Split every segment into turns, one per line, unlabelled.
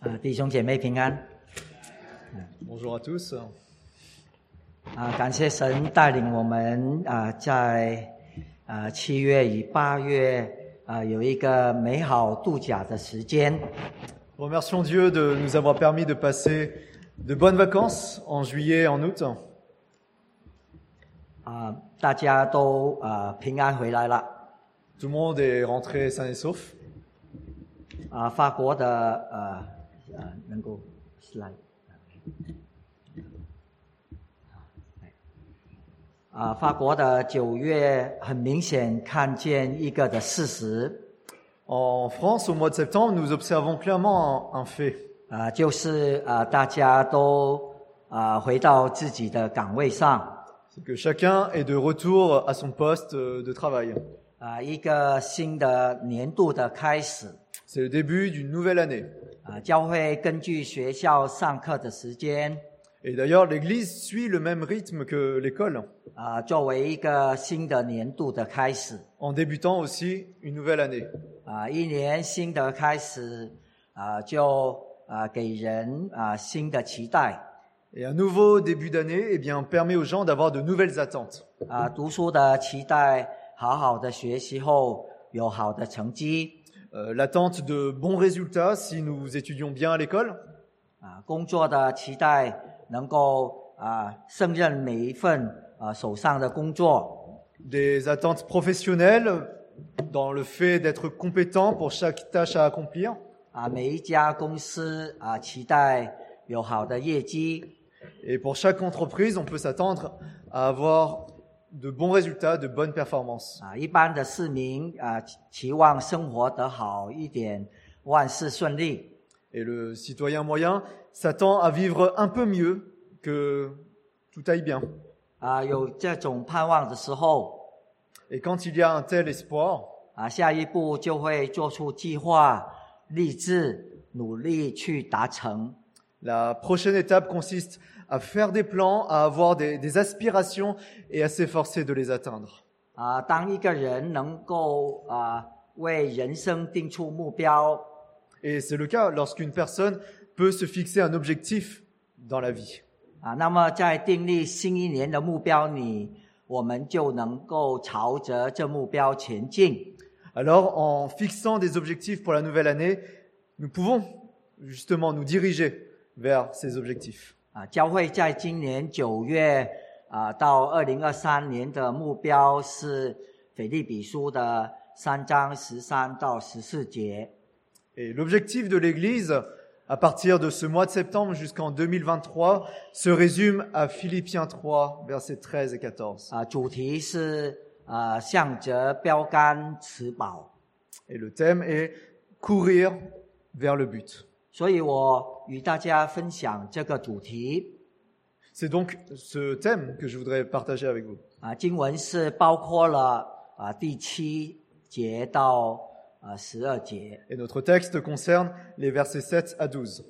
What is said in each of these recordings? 啊，弟兄姐妹平安
Bonjour à tous.
啊！感谢神带领我们啊，在啊七月与八月啊有一个美好度假的时间。
Remercions Dieu de nous avoir permis de passer de bonnes vacances en juillet et en août.
啊，大家都啊平安回来了。
Tout le monde est rentré sain et sauf.
啊，法国的呃呃能够 slide 啊，法国的九月很明显看见一个的事实，
En France, au mois de septembre, nous observons clairement un, un fait.
啊，就是啊，大家都啊回到自己的岗位上，
C'est que chacun est de retour à son poste euh, de travail.
啊，一个新的年度的开始，
C'est le début d'une nouvelle année.
啊，教会根据学校上课的时间，
Et d'ailleurs, l'Église suit le même rythme que l'école,
啊，作为一个新的年度的开始，
en débutant aussi une nouvelle année.
啊，一年新的开始，啊，就啊给人啊新的期待，
Et un nouveau début d'année eh bien, permet aux gens d'avoir de nouvelles attentes.
啊，读书的期待，好好的学习后有好的成绩，
Euh, l'attente de bons résultats si nous étudions bien à l'école,
啊，工作的期待能够啊胜任每一份啊手上的工作，
des attentes professionnelles dans le fait d'être compétent pour chaque tâche à accomplir,
啊，每一家公司啊期待有好的业绩，
et pour chaque entreprise, on peut s'attendre à avoir de bons résultats, de bonnes performances.
啊，一般的市民啊期期望生活得好一点，万事顺利。
Et le citoyen moyen s'attend à vivre un peu mieux que tout aille bien.
啊，有这种盼望的时候，
Et quand il y a un tel espoir,
啊，下一步就会做出计划、立志、努力去达成。
la prochaine étape consiste à faire des plans, à avoir des- des aspirations et à s'efforcer de les atteindre.
啊，当一个人能够啊为人生定出目标，
Et c'est le cas lorsqu'une personne peut se fixer un objectif dans la vie.
啊，那么在订立新一年的目标里，我们就能够朝着这目标前进。
Alors, en fixant des objectifs pour la nouvelle année, nous pouvons justement nous diriger vers ces objectifs.
啊，教会在今年九月啊到二零二三年的目标是腓立比书的三章十三到十四节。
Et l'objectif de l'Église, à partir de ce mois de septembre jusqu'en 2023, se résume à Philippiens 3, versets 13 et 14.
啊，主题是啊，向着标杆持保。
Et le thème est courir vers le but.
所以我与大家分享这个主题
C'est donc ce thème que je voudrais partager avec vous.
啊，经文是包括了啊第七节到啊十二节
Et notre texte concerne les versets 7 à 12.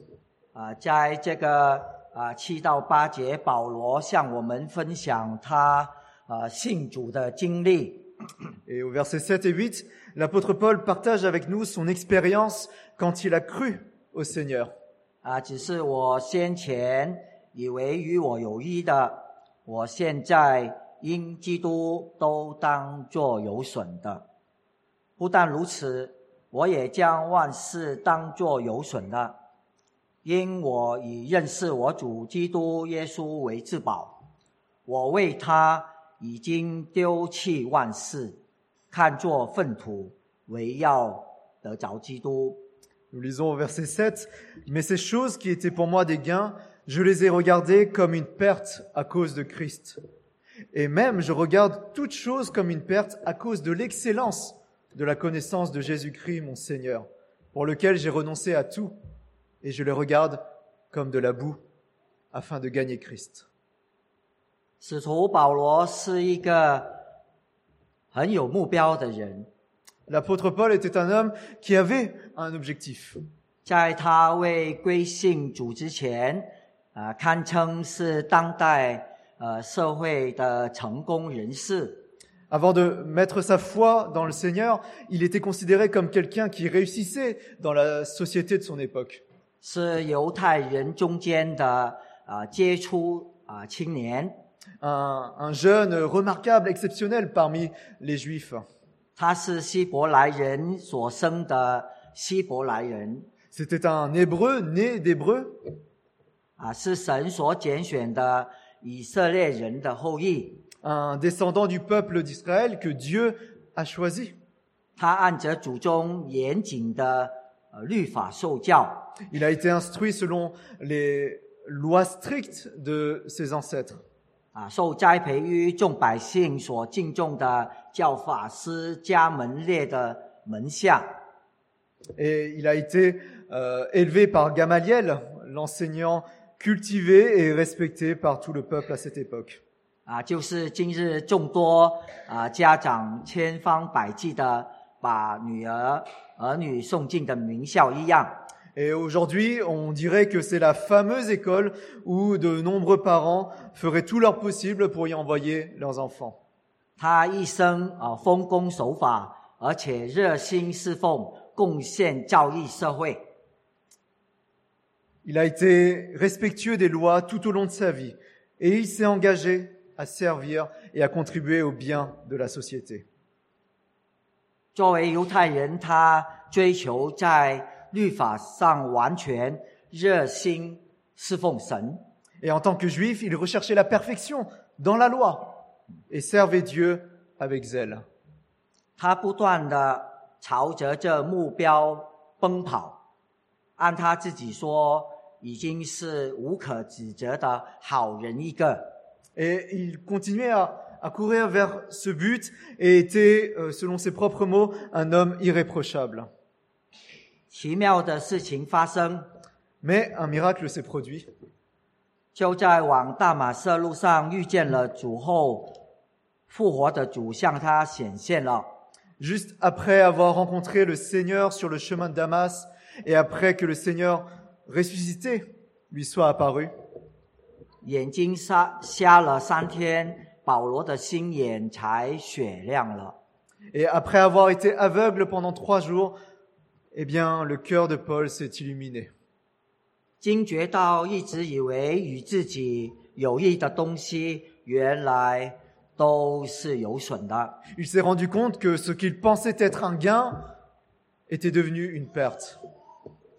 啊，在这个啊七到八节，保罗向我们分享他啊信主的经历。
Et au verset 7 et 8, l'apôtre Paul partage avec nous son expérience quand il a cru au Seigneur.
啊，只是我先前以为与我有益的，我现在因基督都当作有损的。不但如此，我也将万事当作有损的，因我以认识我主基督耶稣为至宝。我为他已经丢弃万事，看作粪土，为要得着基督。
Nous lisons au verset 7, Mais ces choses qui étaient pour moi des gains, je les ai regardées comme une perte à cause de Christ. Et même je regarde toutes choses comme une perte à cause de l'excellence de la connaissance de Jésus-Christ mon Seigneur, pour lequel j'ai renoncé à tout, et je les regarde comme de la boue, afin de gagner Christ.
使徒保罗是一个很有目标的人，
L'apôtre Paul était un homme qui avait un objectif.
在他为归信主之前，啊、堪称是当代呃社会的成功人士。
Avant de mettre sa foi dans le Seigneur, il était considéré comme quelqu'un qui réussissait dans la société de son époque.
是犹太人中间的啊杰出啊青年，
un, un jeune remarquable, exceptionnel parmi les Juifs.
他是希伯来人所生的希伯来人，
C'était un Hébreu, né d'Hébreu,
啊，是神所拣选的以色列人的后裔。
un descendant du peuple d'Israël que Dieu a choisi.
他按着祖宗严谨的呃律法受教，
Il a été instruit selon les lois strictes de ses ancêtres.
啊，受栽培于众百姓所敬重的教法师加门列的门下，
Et il a été euh, élevé par Gamaliel, l'enseignant cultivé et respecté par tout le peuple à cette époque.
啊，就是今日众多啊家长千方百计的把女儿儿女送进的名校一样。
Et aujourd'hui, on dirait que c'est la fameuse école où de nombreux parents feraient tout leur possible pour y envoyer leurs enfants.
他一生啊奉公守法，而且热心侍奉，贡献教育社会。
Il a été respectueux des lois tout au long de sa vie et il s'est engagé à servir et à contribuer au bien de la société.
作为犹太人，他追求在律法上完全，热心侍奉神。
Et en tant que juif, il recherchait la perfection dans la loi et servait Dieu avec zèle.
他不断的朝着这目标奔跑，按他自己说，已经是无可指责的好人一个。
Et il continuait à, à courir vers ce but et était, euh, selon ses propres mots, un homme irréprochable.
奇妙的事情发生，
Mais un miracle s'est produit.
就在往大马色路上遇见了主后，复活的主向他显现了。
Juste après avoir rencontré le Seigneur sur le chemin de Damas et après que le Seigneur ressuscité lui soit apparu,
眼睛瞎瞎了三天，保罗的心眼才雪亮了。
et après avoir été aveugle pendant trois jours, eh bien, le cœur de Paul s'est illuminé.
惊觉到一直以为与自己有益的东西，原来都是有损的。
Il s'est rendu compte que ce qu'il pensait être un gain était devenu une perte.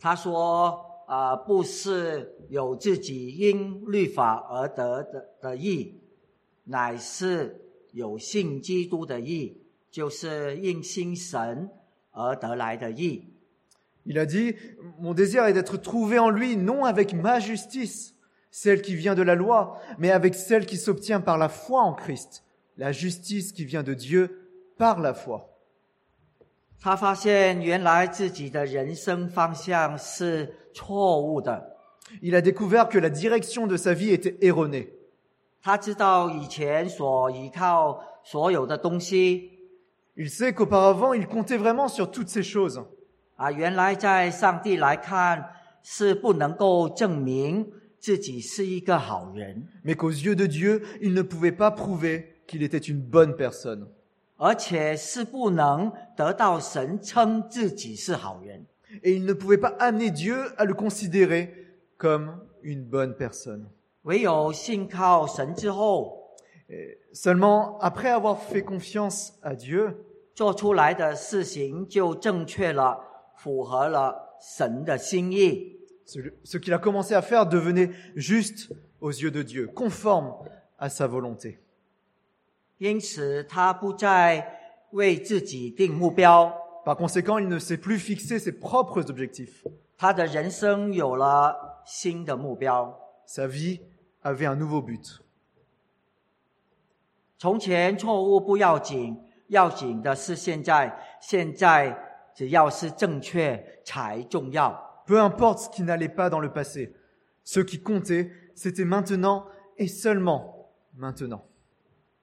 他说：“啊、不是有自己因律法而得的的义，乃是有信基督的义，就是因信神而得来的义。
Il a dit, mon désir est d'être trouvé en lui, non avec ma justice, celle qui vient de la loi, mais avec celle qui s'obtient par la foi en Christ, la justice qui vient de Dieu par la foi. ”
他发现原来自己的人生方向是错误的。
Il a découvert que la direction de sa vie était erronée.
他知道以前所依靠所有的东西
Il sait qu'auparavant, il comptait vraiment sur toutes ces choses.
啊，原来在上帝来看是不能够证明自己是一个好人。
mais qu'aux yeux de Dieu, il ne pouvait pas prouver qu'il était une bonne personne.
而且是不能得到神称自己是好人。
Et il ne pouvait pas amener Dieu à le considérer comme une bonne personne.
唯有信靠神之后，
Seulement, après avoir fait confiance à Dieu,
做出来的事情就正确了，符合了神的心意。
ce ce qu'il a commencé à faire devenait juste aux yeux de Dieu, conforme à sa volonté.
因此，他不再为自己定目标，
Par conséquent, il ne s'est plus fixé ses propres objectifs.
他的人生有了新的目标。
Sa vie avait un nouveau but.
从前错误不要紧，要紧的是现在。现在只要是正确才重要。
Peu importe ce qui n'allait pas dans le passé, ce qui comptait, c'était maintenant et seulement maintenant.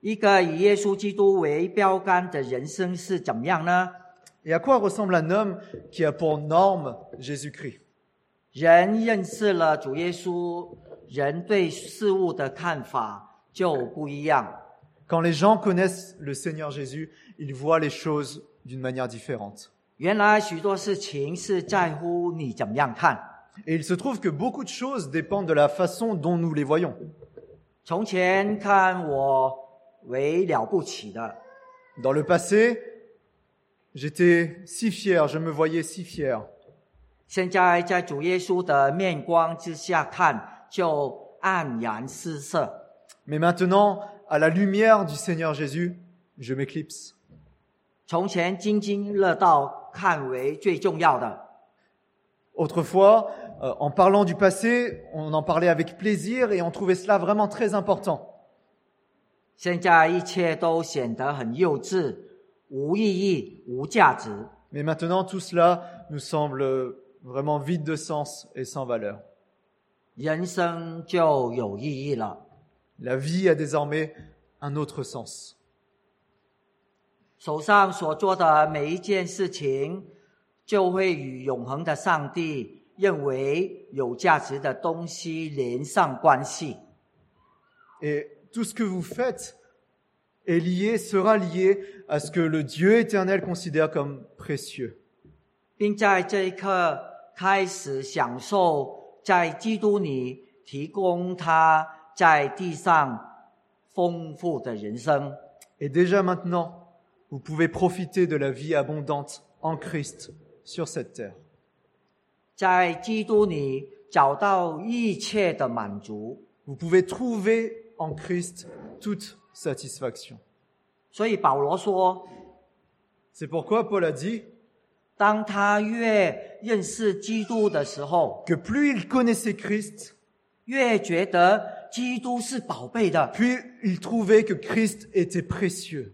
一个以耶稣基督为标杆的人生是怎么样呢？
Et à quoi ressemble un homme qui a pour norme Jésus-Christ
人认识了主耶稣，人对事物的看法就不一样。
Quand les gens connaissent le Seigneur Jésus, ils voient les choses d'une manière différente.
原来许多事情是在乎你怎么样看，
Et il se trouve que beaucoup de choses dépendent de la façon dont nous les voyons.
从前看我为了不起的，
Dans le passé, j'étais si fier, je me voyais si fier.
现在在主耶稣的面光之下看，就黯然失色。
Mais maintenant, à la lumière du Seigneur Jésus, je m'éclipse.
从前津津乐道，看为最重要的；
Autrefois, euh, en parlant du passé, on en parlait avec plaisir et on trouvait cela vraiment très important.
现在一切都显得很幼稚、无意义、无价值。
Mais maintenant, tout cela nous semble euh, vraiment vide de sens et sans valeur.
人生就有意义了。
La vie a désormais un autre sens.
手上所做的每一件事情，就会与永恒的上帝认为有价值的东西连上关系。
Et tout ce que vous faites est lié, sera lié à ce que le Dieu éternel considère comme précieux.
并在这一刻开始享受在基督里提供他在地上丰富的人生。
Et déjà maintenant, vous pouvez profiter de la vie abondante en Christ sur cette terre.
在基督里找到一切的满足，
Vous pouvez trouver en Christ toute satisfaction.
所以保罗说，
C'est pourquoi Paul a dit
当他越认识基督的时候，
que plus il connaissait Christ,
越觉得基督是宝贝的，
plus il trouvait que Christ était précieux.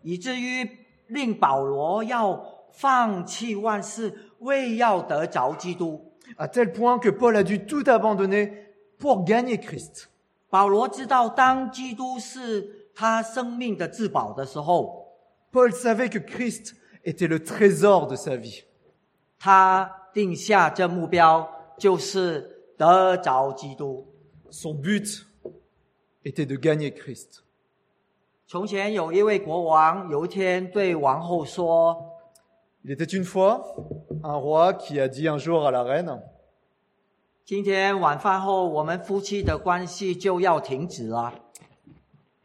以至于令保罗要放弃万事，为要得着基督。
À tel point que Paul a dû tout abandonner pour gagner Christ.
保罗知道，当基督是他生命的至宝的时候，
Paul savait que Christ était le trésor de sa vie.
他定下这目标就是得着基督。
Son but était de gagner Christ.
从前有一位国王，有一天对王后说
Il était une fois un roi qui a dit un jour à la reine,：“
今天晚饭后，我们夫妻的关系就要停止了。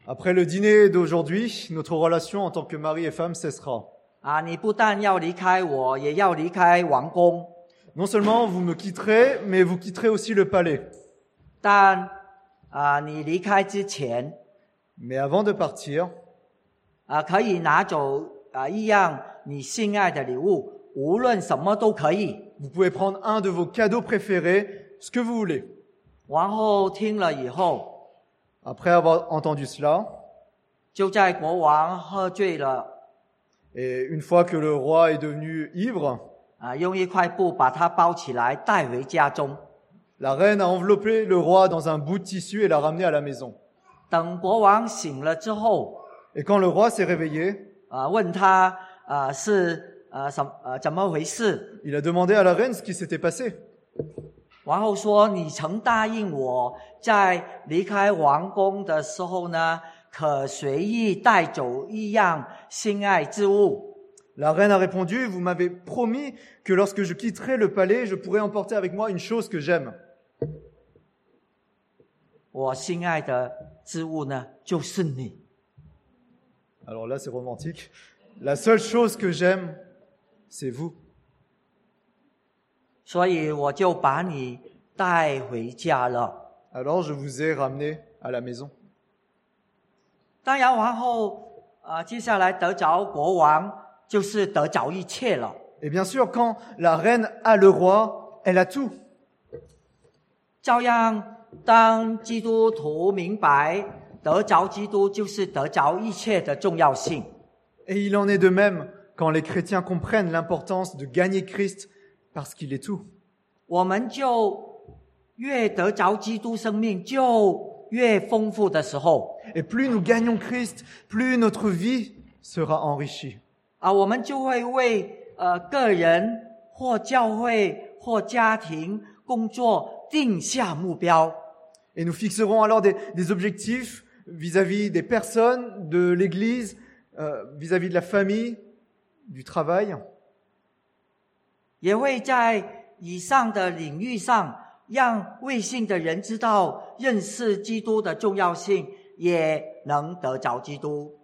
Après le dîner d'aujourd'hui, notre relation en tant que mari et femme cessera.
啊，你不但要离开我，也要离开王宫。
Non seulement vous me quitterez, mais vous quitterez aussi le palais.
但啊，你离开之前
Mais avant de partir,
啊，可以拿走啊一样你心爱的礼物，无论什么都可以。
vous pouvez prendre un de vos cadeaux préférés, ce que vous voulez. »
王后听了以后，
Après avoir entendu cela,
就在国王喝醉了
et une fois que le roi est devenu ivre,
啊，用一块布把它包起来带回家中。
La reine a enveloppé le roi dans un bout de tissu et l'a ramené à la maison.
等国王醒了之后，
Et quand le roi s'est réveillé,
啊，问他啊是啊什呃怎么回事？
il a demandé à la reine ce qui s'était passé.
王后说：“你曾答应我在离开王宫的时候呢，可随意带走一样心爱之物。
La reine a répondu, vous m'avez promis que lorsque je quitterai le palais, je pourrais emporter avec moi une chose que j'aime.
我心爱的之物呢，就是你。
Alors là, c'est romantique. La seule chose que j'aime, c'est vous.
所以我就把你带回家了。
Alors je vous ai ramené à la maison. ”
当然，王后啊、接下来得着国王，就是得着一切了。
Et bien sûr, quand la reine a le roi, elle a tout.
照样，当基督徒明白得着基督就是得着一切的重要性，
Et il en est de même quand les chrétiens comprennent l'importance de gagner Christ parce qu'il est tout.
我们就越得着基督生命就越丰富的时候
Et plus nous gagnons Christ, plus notre vie sera enrichie.
啊，我们就会为呃个人或教会或家庭工作定下目标，
Et nous fixerons alors des, des objectifs vis-à-vis des personnes, de l'Église, euh, vis-à-vis de la famille, du travail.
也会在以上的领域上，让未信的人知道认识基督的重要性，也能得着基督。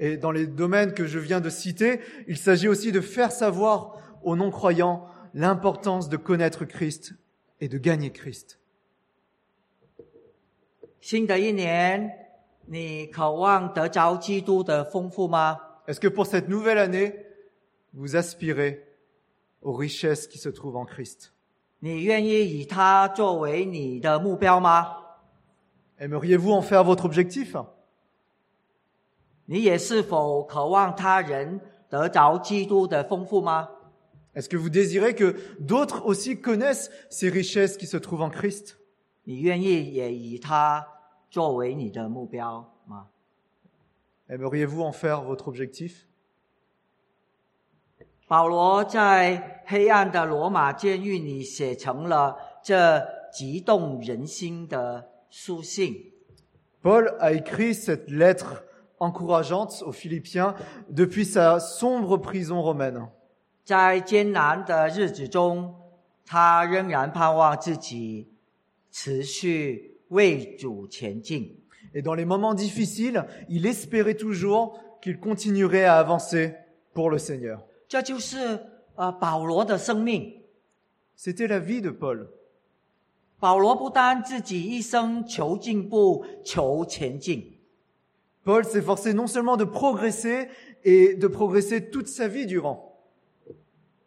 Et dans les domaines que je viens de citer, il s'agit aussi de faire savoir aux non-croyants l'importance de connaître Christ et de gagner Christ.
新的一年，你渴望得着基督的丰富吗？
Est-ce que pour cette nouvelle année, vous aspirez aux richesses qui se trouvent en Christ
你愿意以它作为你的目标吗？
Aimeriez-vous en faire votre objectif
你也是否渴望他人得着基督的丰富吗？
Est-ce que vous désirez que d'autres aussi connaissent ces richesses qui se trouvent en Christ
你愿意也以它作为你的目标吗？
Aimeriez-vous en faire votre objectif
保罗在黑暗的罗马监狱里写成了这激动人心的书信。
Paul a écrit cette lettre encourageante aux Philippiens depuis sa sombre prison romaine.
在艰难的日子中，他仍然盼望自己持续为主前进。
Et dans les moments difficiles, il espérait toujours qu'il continuerait à avancer pour le Seigneur.
这就是呃保罗的生命。
C'était la vie de Paul.
保罗不单自己一生求进步、求前进，
Paul s'efforçait non seulement de progresser et de progresser toute sa vie durant,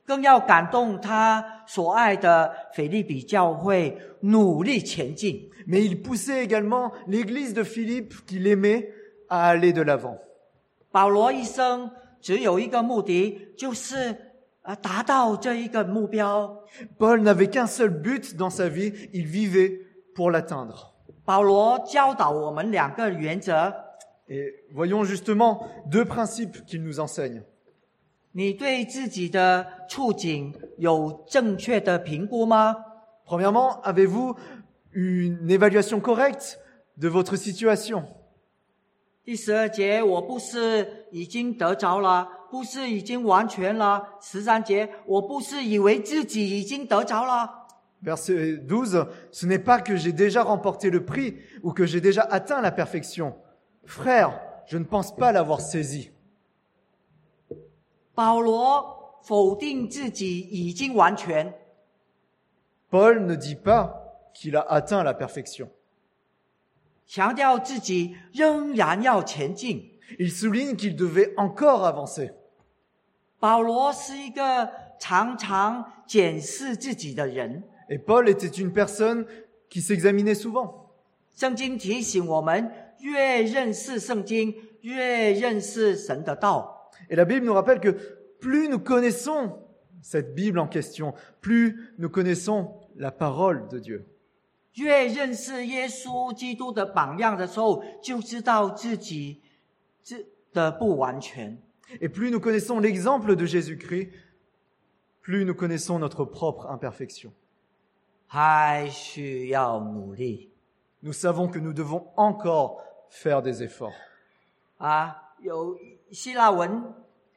更要感动他所爱的腓利比教会努力前进。
mais il poussait également l'église de Philippe qu'il aimait à aller de l'avant.
保罗一生只有一个目的，就是呃达到这一个目标。
Paul n'avait qu'un seul but dans sa vie, il vivait pour l'atteindre.
保罗教导我们两个原则：
Et voyons justement deux principes qu'il nous enseigne.
你对自己的处境有正确的评估吗？
Premièrement, avez-vous une évaluation correcte de votre situation
第十二节，我不是已经得着了，不是已经完全了。十三节，我不是以为自己已经得着了。
Verset 12, ce n'est pas que j'ai déjà remporté le prix ou que j'ai déjà atteint la perfection. Frère, je ne pense pas l'avoir saisi.
保罗否定自己已经完全，
Paul ne dit pas qu'il a atteint la perfection.
强调自己仍然要前进。
Il souligne qu'il devait encore avancer.
保罗是一个常常检视自己的人。
Et Paul était une personne qui s'examinait souvent.
圣经提醒我们，越认识圣经，越认识神的道。
Et la Bible nous rappelle que plus nous connaissons cette Bible en question, plus nous connaissons la parole de Dieu.
越认识耶稣基督的榜样的时候，就知道自己自的不完全。
Et plus nous connaissons l'exemple de Jésus-Christ, plus nous connaissons notre propre imperfection.
还需要努力
Nous savons que nous devons encore faire des efforts.
啊！有希腊文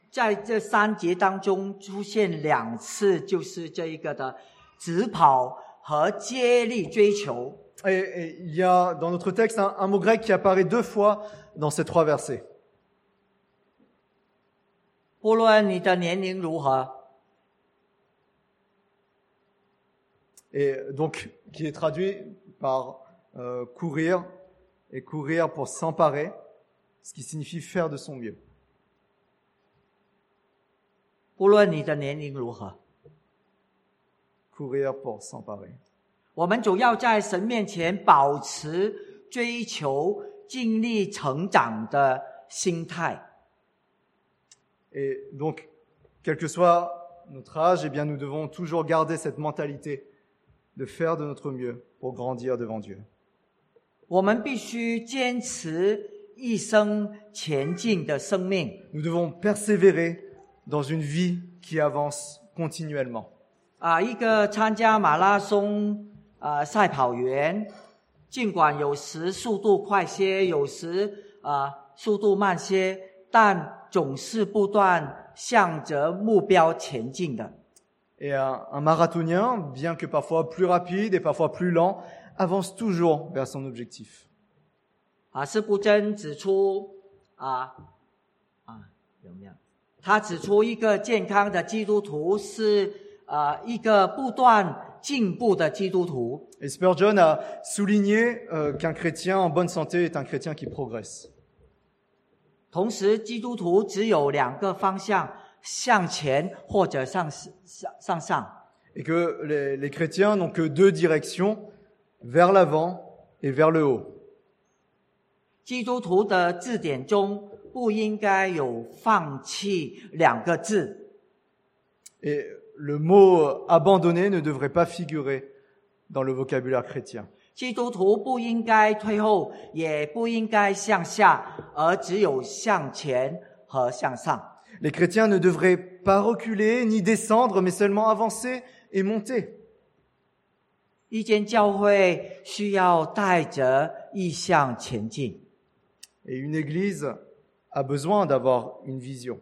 在这三节当中出现两次，就是这一个的直跑和接力追求。
Et, et il y a dans notre texte un, un mot grec qui apparaît deux fois dans ces trois versets.
不论你的年龄如何，
Et donc, qui est traduit par euh, courir et courir pour s'emparer, ce qui signifie faire de son mieux.
不论你的年龄如何，
courir pour s'emparer.
我们总要在神面前保持追求、尽力成长的心态。
Et donc, quel que soit notre âge, eh bien, nous devons toujours garder cette mentalité de faire de notre mieux pour grandir devant Dieu.
我们必须坚持一生前进的生命
Nous devons persévérer dans une vie qui avance continuellement.
啊！一个参加马拉松啊、呃赛跑员，尽管有时速度快些，有时啊、速度慢些，但总是不断向着目标前进的。
Et Et un, un marathonien, bien que parfois plus rapide et parfois plus lent, avance toujours vers son objectif.
啊，斯布真指出啊啊有没有？他指出一个健康的基督徒是啊一个不断进步的基督徒，
Et Spurgeon a souligné euh, qu'un chrétien en bonne santé est un chrétien qui progresse.
同时基督徒只有两个方向：向前或者向向向上。
Et que les, les chrétiens n'ont que deux directions, vers l'avant et vers le haut.
基督徒的字典中不应该有“放弃”两个字。
Et le mot euh, abandonner ne devrait pas figurer dans le vocabulaire chrétien.
基督徒不应该退后，也不应该向下，而只有向前和向上。
Les chrétiens ne devraient pas reculer ni descendre, mais seulement avancer et monter.
一间教会需要带着意向前进。
Et une église a besoin d'avoir une vision.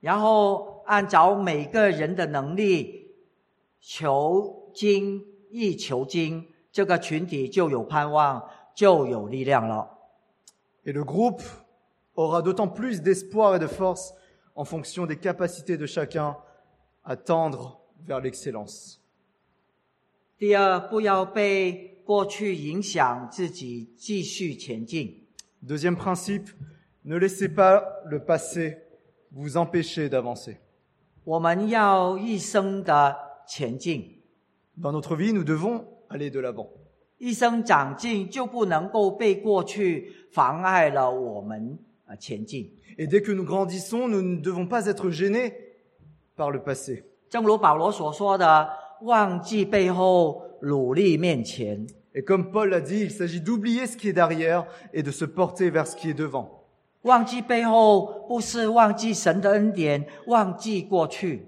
然后按照每个人的能力求精益求精，这个群体就有盼望，就有力量了。
Et le groupe aura d'autant plus d'espoir et de force en fonction des capacités de chacun à tendre vers l'excellence.
第二，不要被过去影响自己继续前进。
Deuxième principe, ne laissez pas le passé vous empêcher d'avancer.
我们要一生的前进，
Dans notre vie, nous devons aller de l'avant.
一生长进，就不能够被过去妨碍了我们呃前进。
Et dès que nous grandissons, nous ne devons pas être gênés par le passé.
正如保罗所说的：“忘记背后，努力面前。
Et comme Paul l'a dit, il s'agit d'oublier ce qui est derrière et de se porter vers ce qui est devant. ”
忘记背后，不是忘记神的恩典，忘记过去。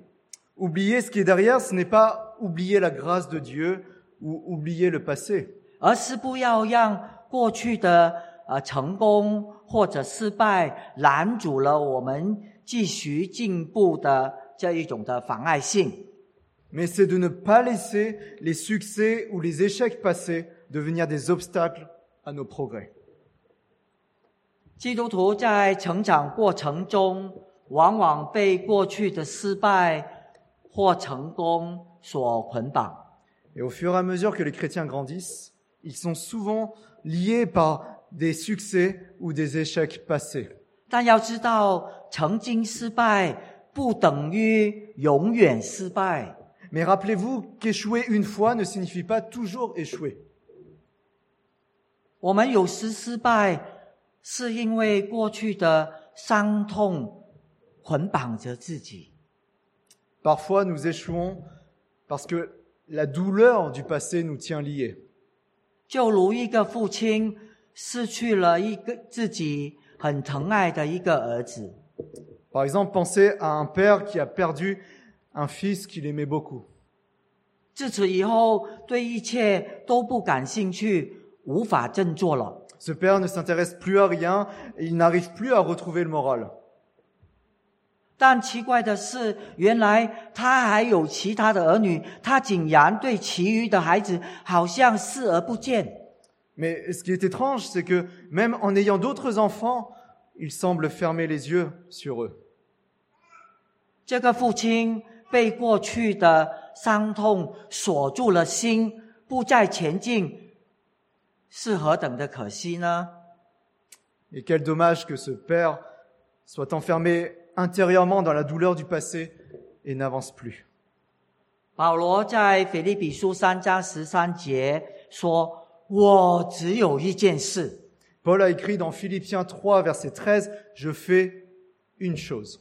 Oublier ce qui est derrière, ce n'est pas oublier la grâce de Dieu ou oublier le passé.
而是不要让过去的呃成功或者失败拦阻了我们继续进步的这一种的妨碍性，
mais c'est de ne pas laisser les succès ou les échecs passés devenir des obstacles à nos progrès.
基督徒在成长过程中，往往被过去的失败或成功所捆绑。
Et au fur et à mesure que les chrétiens grandissent, ils sont souvent liés par des succès ou des échecs passés.
但要知道，曾经失败不等于永远失败。
Mais rappelez-vous qu'échouer une fois ne signifie pas toujours échouer.
我们有时失败，是因为过去的伤痛捆绑着自己。
Parfois, nous échouons parce que la douleur du passé nous tient liés.
就如一个父亲失去了一个自己很疼爱的一个儿子，
Par exemple, pensez à un père qui a perdu un fils qu'il aimait beaucoup.
自此以后对一切都不感兴趣，无法振作了。
Ce père ne s'intéresse plus à rien et il n'arrive plus à retrouver le moral.
但奇怪的是，原来他还有其他的儿女，他竟然对其余的孩子好像视而不见。
Mais ce qui est étrange, c'est que même en ayant d'autres enfants, il semble fermer les yeux sur eux.
这个父亲被过去的伤痛锁住了心，不再前进，是何等的可惜呢？
Et quel dommage que ce père soit enfermé intérieurement dans la douleur du passé et n'avance plus.
保罗在腓立比书三章十三节说：“我只有一件事，
Paul a écrit dans Philippiens 3, verset 13, Je fais une chose.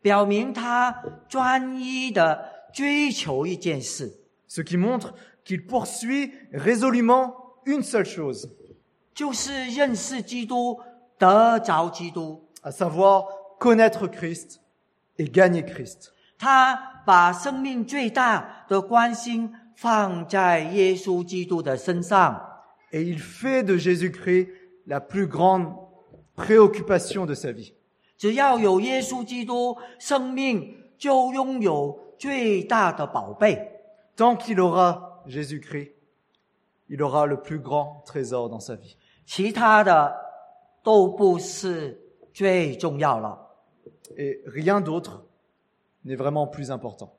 表明他专一的追求一件事，
Ce qui montre qu'il poursuit résolument une seule chose,
就是认识基督，得着基督。
à savoir connaître Christ et gagner Christ.
他把生命最大的关心放在耶稣基督的身上。”
Et il fait de Jésus-Christ la plus grande préoccupation de sa vie.
只要有耶稣基督，生命就拥有最大的宝贝。
Tant qu'il aura Jésus-Christ, il aura le plus grand trésor dans sa vie.
其他的都不是最重要了，
Et rien d'autre n'est vraiment plus important.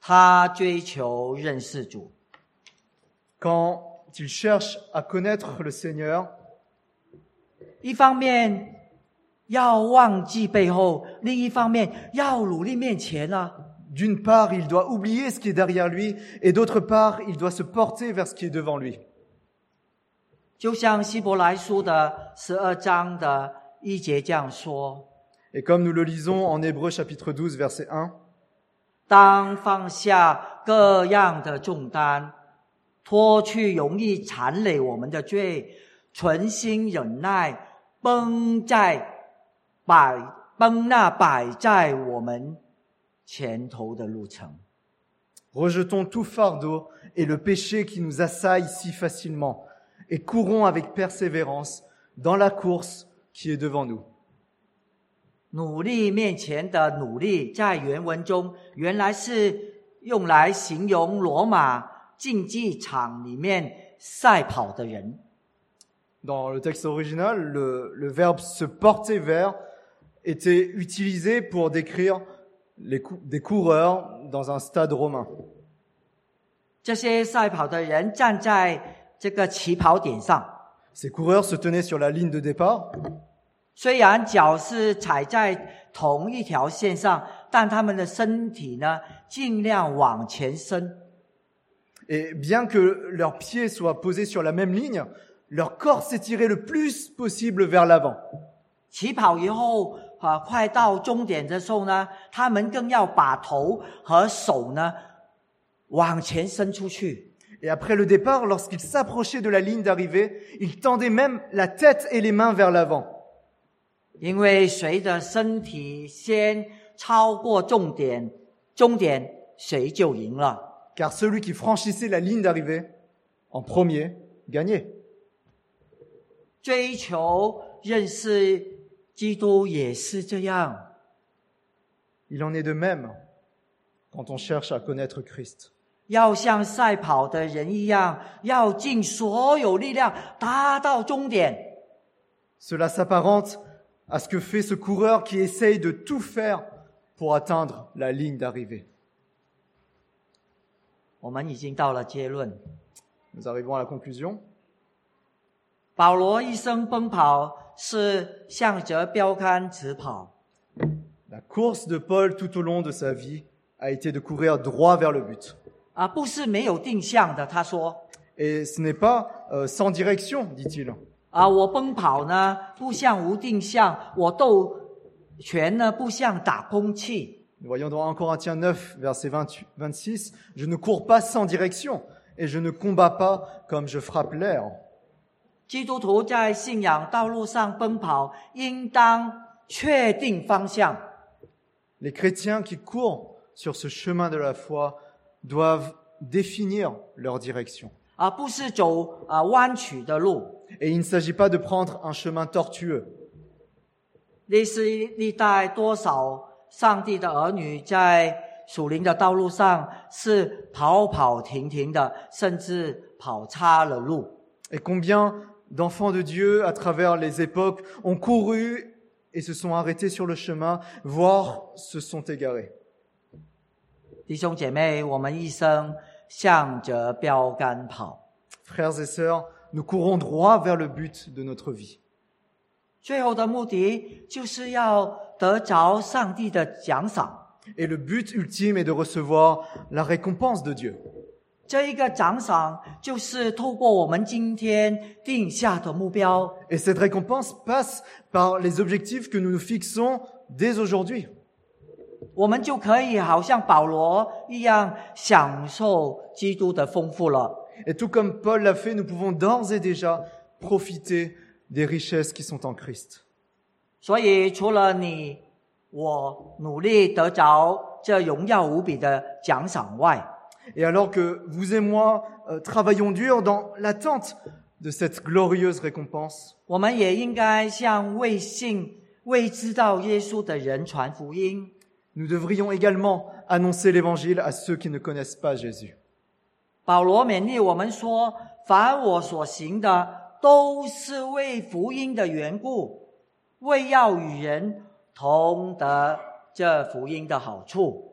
他追求认识主，
Quand il cherche à connaître le Seigneur,
一方面要忘记背后，另一方面要努力面前啊。
d'une part, il doit oublier ce qui est derrière lui, et d'autre part, il doit se porter vers ce qui est devant lui.
就像希伯来书的十二章的一节这样说：
Et comme nous le lisons en Hébreu chapitre 12, verset 1,
当放下各样的重担，脱去容易残累我们的罪，存心忍耐，绷在摆绷那摆在我们前头的路程。
Rejetons tout fardeau et le péché qui nous assaille si facilement, et courons avec persévérance dans la course qui est devant nous.
努力面前的努力，在原文中原来是用来形容罗马竞技场里面赛跑的人。
Dans le texte original, le, le verbe se porter vers était utilisé pour décrire les cou- des coureurs dans un stade romain.
这些赛跑的人站在这个起跑点上，
Ces coureurs se tenaient sur la ligne de départ,
虽然脚是踩在同一条线上，但他们的身体呢尽量往前伸。
et bien que leurs pieds soient posés sur la même ligne, leur corps s'étirait le plus possible vers l'avant.
起跑以后啊，快到终点的时候呢，他们更要把头和手呢往前伸出去。
Et après le départ, lorsqu'il s'approchait de la ligne d'arrivée, il tendait même la tête et les mains vers l'avant.
因为谁的身体先超过重点，终点谁就赢了。
Car celui qui franchissait la ligne d'arrivée en premier gagnait.
追求认识基督也是这样。
Il en est de même quand on cherche à connaître Christ.
要像赛跑的人一样，要尽所有力量达到终点。
Cela s'apparente à ce que fait ce coureur qui essaye de tout faire pour atteindre la ligne d'arrivée.
我们已经到了结论。
Nous arrivons à la conclusion.
保罗一生奔跑是向着标杆直跑，
La course de Paul tout au long de sa vie a été de courir droit vers le but.
啊，不是没有定向的。他说：“
Et ce n'est pas euh, sans direction, dit-il.
啊，我奔跑呢不像无定向，我斗拳呢不像打空气。
Nous voyons dans 1 Corinthiens 9, verset 28 26, Je ne cours pas sans direction, et je ne combats pas comme je frappe l'air.
基督徒在信仰道路上奔跑，应当确定方向，
Les chrétiens qui courent sur ce chemin de la foi doivent définir leur direction.
而不是走啊弯曲的路。
Et il ne s'agit pas de prendre un chemin tortueux.
历史历代多少上帝的儿女在属灵的道路上是跑跑停停的，甚至跑岔了路。
Et combien d'enfants de Dieu, à travers les époques, ont couru et se sont arrêtés sur le chemin, voire se sont égarés.
弟兄姐妹，我们一生向着标杆跑。
Frères et sœurs, nous courons droit vers le but de notre vie.
最后的目的就是要得着上帝的奖赏。
Et le but ultime est de recevoir la récompense de Dieu.
这一个奖赏就是透过我们今天定下的目标，
Et cette récompense passe par les objectifs que nous nous fixons dès aujourd'hui.
我们就可以好像保罗一样享受基督的丰富了。
Et tout comme Paul l'a fait, nous pouvons d'ores et déjà profiter des richesses qui sont en Christ.
所以，除了你我努力得着这荣耀无比的奖赏外，
Et alors que vous et moi euh, travaillons dur dans l'attente de cette glorieuse récompense,
我们也应该向未信、未知道耶稣的人传福音。
Nous devrions également annoncer l'évangile à ceux qui ne connaissent pas Jésus.
保罗勉励我们说：“凡我所行的，都是为福音的缘故，为要与人同得这福音的好处。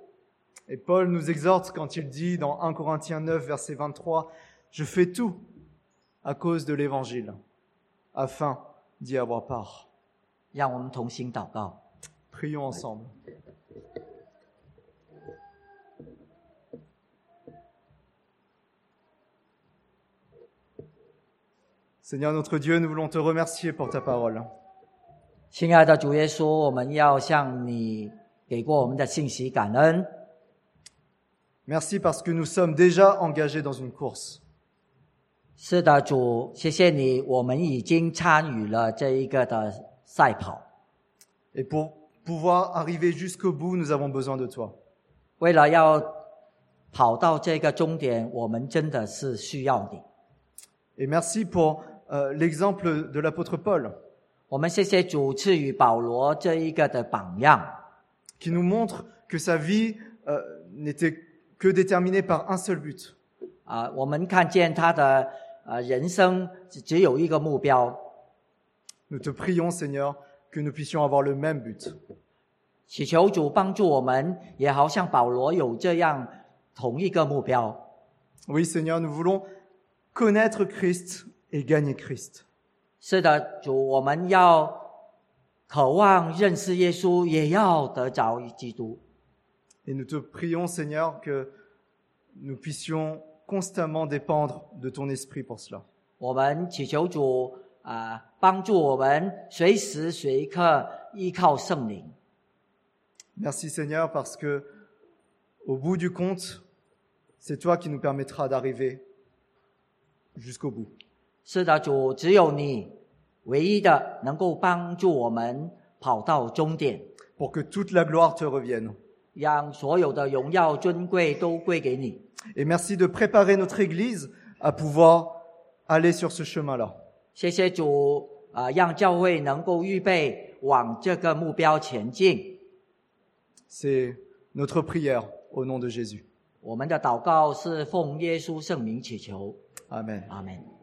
Et Paul nous exhorte quand il dit dans 1 Corinthiens 9, verset 23, Je fais tout à cause de l'évangile, afin d'y avoir part. ”
让我们同心祷告。
Prions ensemble. Seigneur notre Dieu, nous voulons te remercier pour ta parole.
亲爱的主耶稣，我们要向你给过我们的信息感恩，
Merci parce que nous sommes déjà engagés dans une course.
是的，主，谢谢你，我们已经参与了这一个的赛跑。
Et pour pouvoir arriver jusqu'au bout, nous avons besoin de toi.
为了要跑到这个终点，我们真的是需要你。
Et merci pour euh, l'exemple de l'apôtre Paul,
我们谢谢主赐予保罗这一个的榜样，
qui nous montre que sa vie euh, n'était que déterminée par un seul but,
啊、我们看见他的呃人生只只有一个目标。
Nous te prions, Seigneur, que nous puissions avoir le même but.
祈求主帮助我们，也好像保罗有这样同一个目标。
Oui, Seigneur, nous voulons connaître Christ et gagner Christ.
是的，主，我们要渴望认识耶稣，也要得着基督。
Et nous te prions, Seigneur, que nous puissions constamment dépendre de ton esprit pour cela.
我们祈求主啊、帮助我们随时随刻依靠圣灵。
Merci, Seigneur, parce que au bout du compte, c'est toi qui nous permettras d'arriver jusqu'au bout.
是的，主，只有你唯一的能够帮助我们跑到终点，
Pour que toute la gloire te revienne.
让所有的荣耀尊贵都归给你。
Et merci de préparer notre Église à pouvoir aller sur ce chemin-là.
谢谢主啊、让教会能够预备往这个目标前进。
C'est notre prière au nom de Jésus.
我们的祷告是奉耶稣圣名祈求，
Amen.
阿门。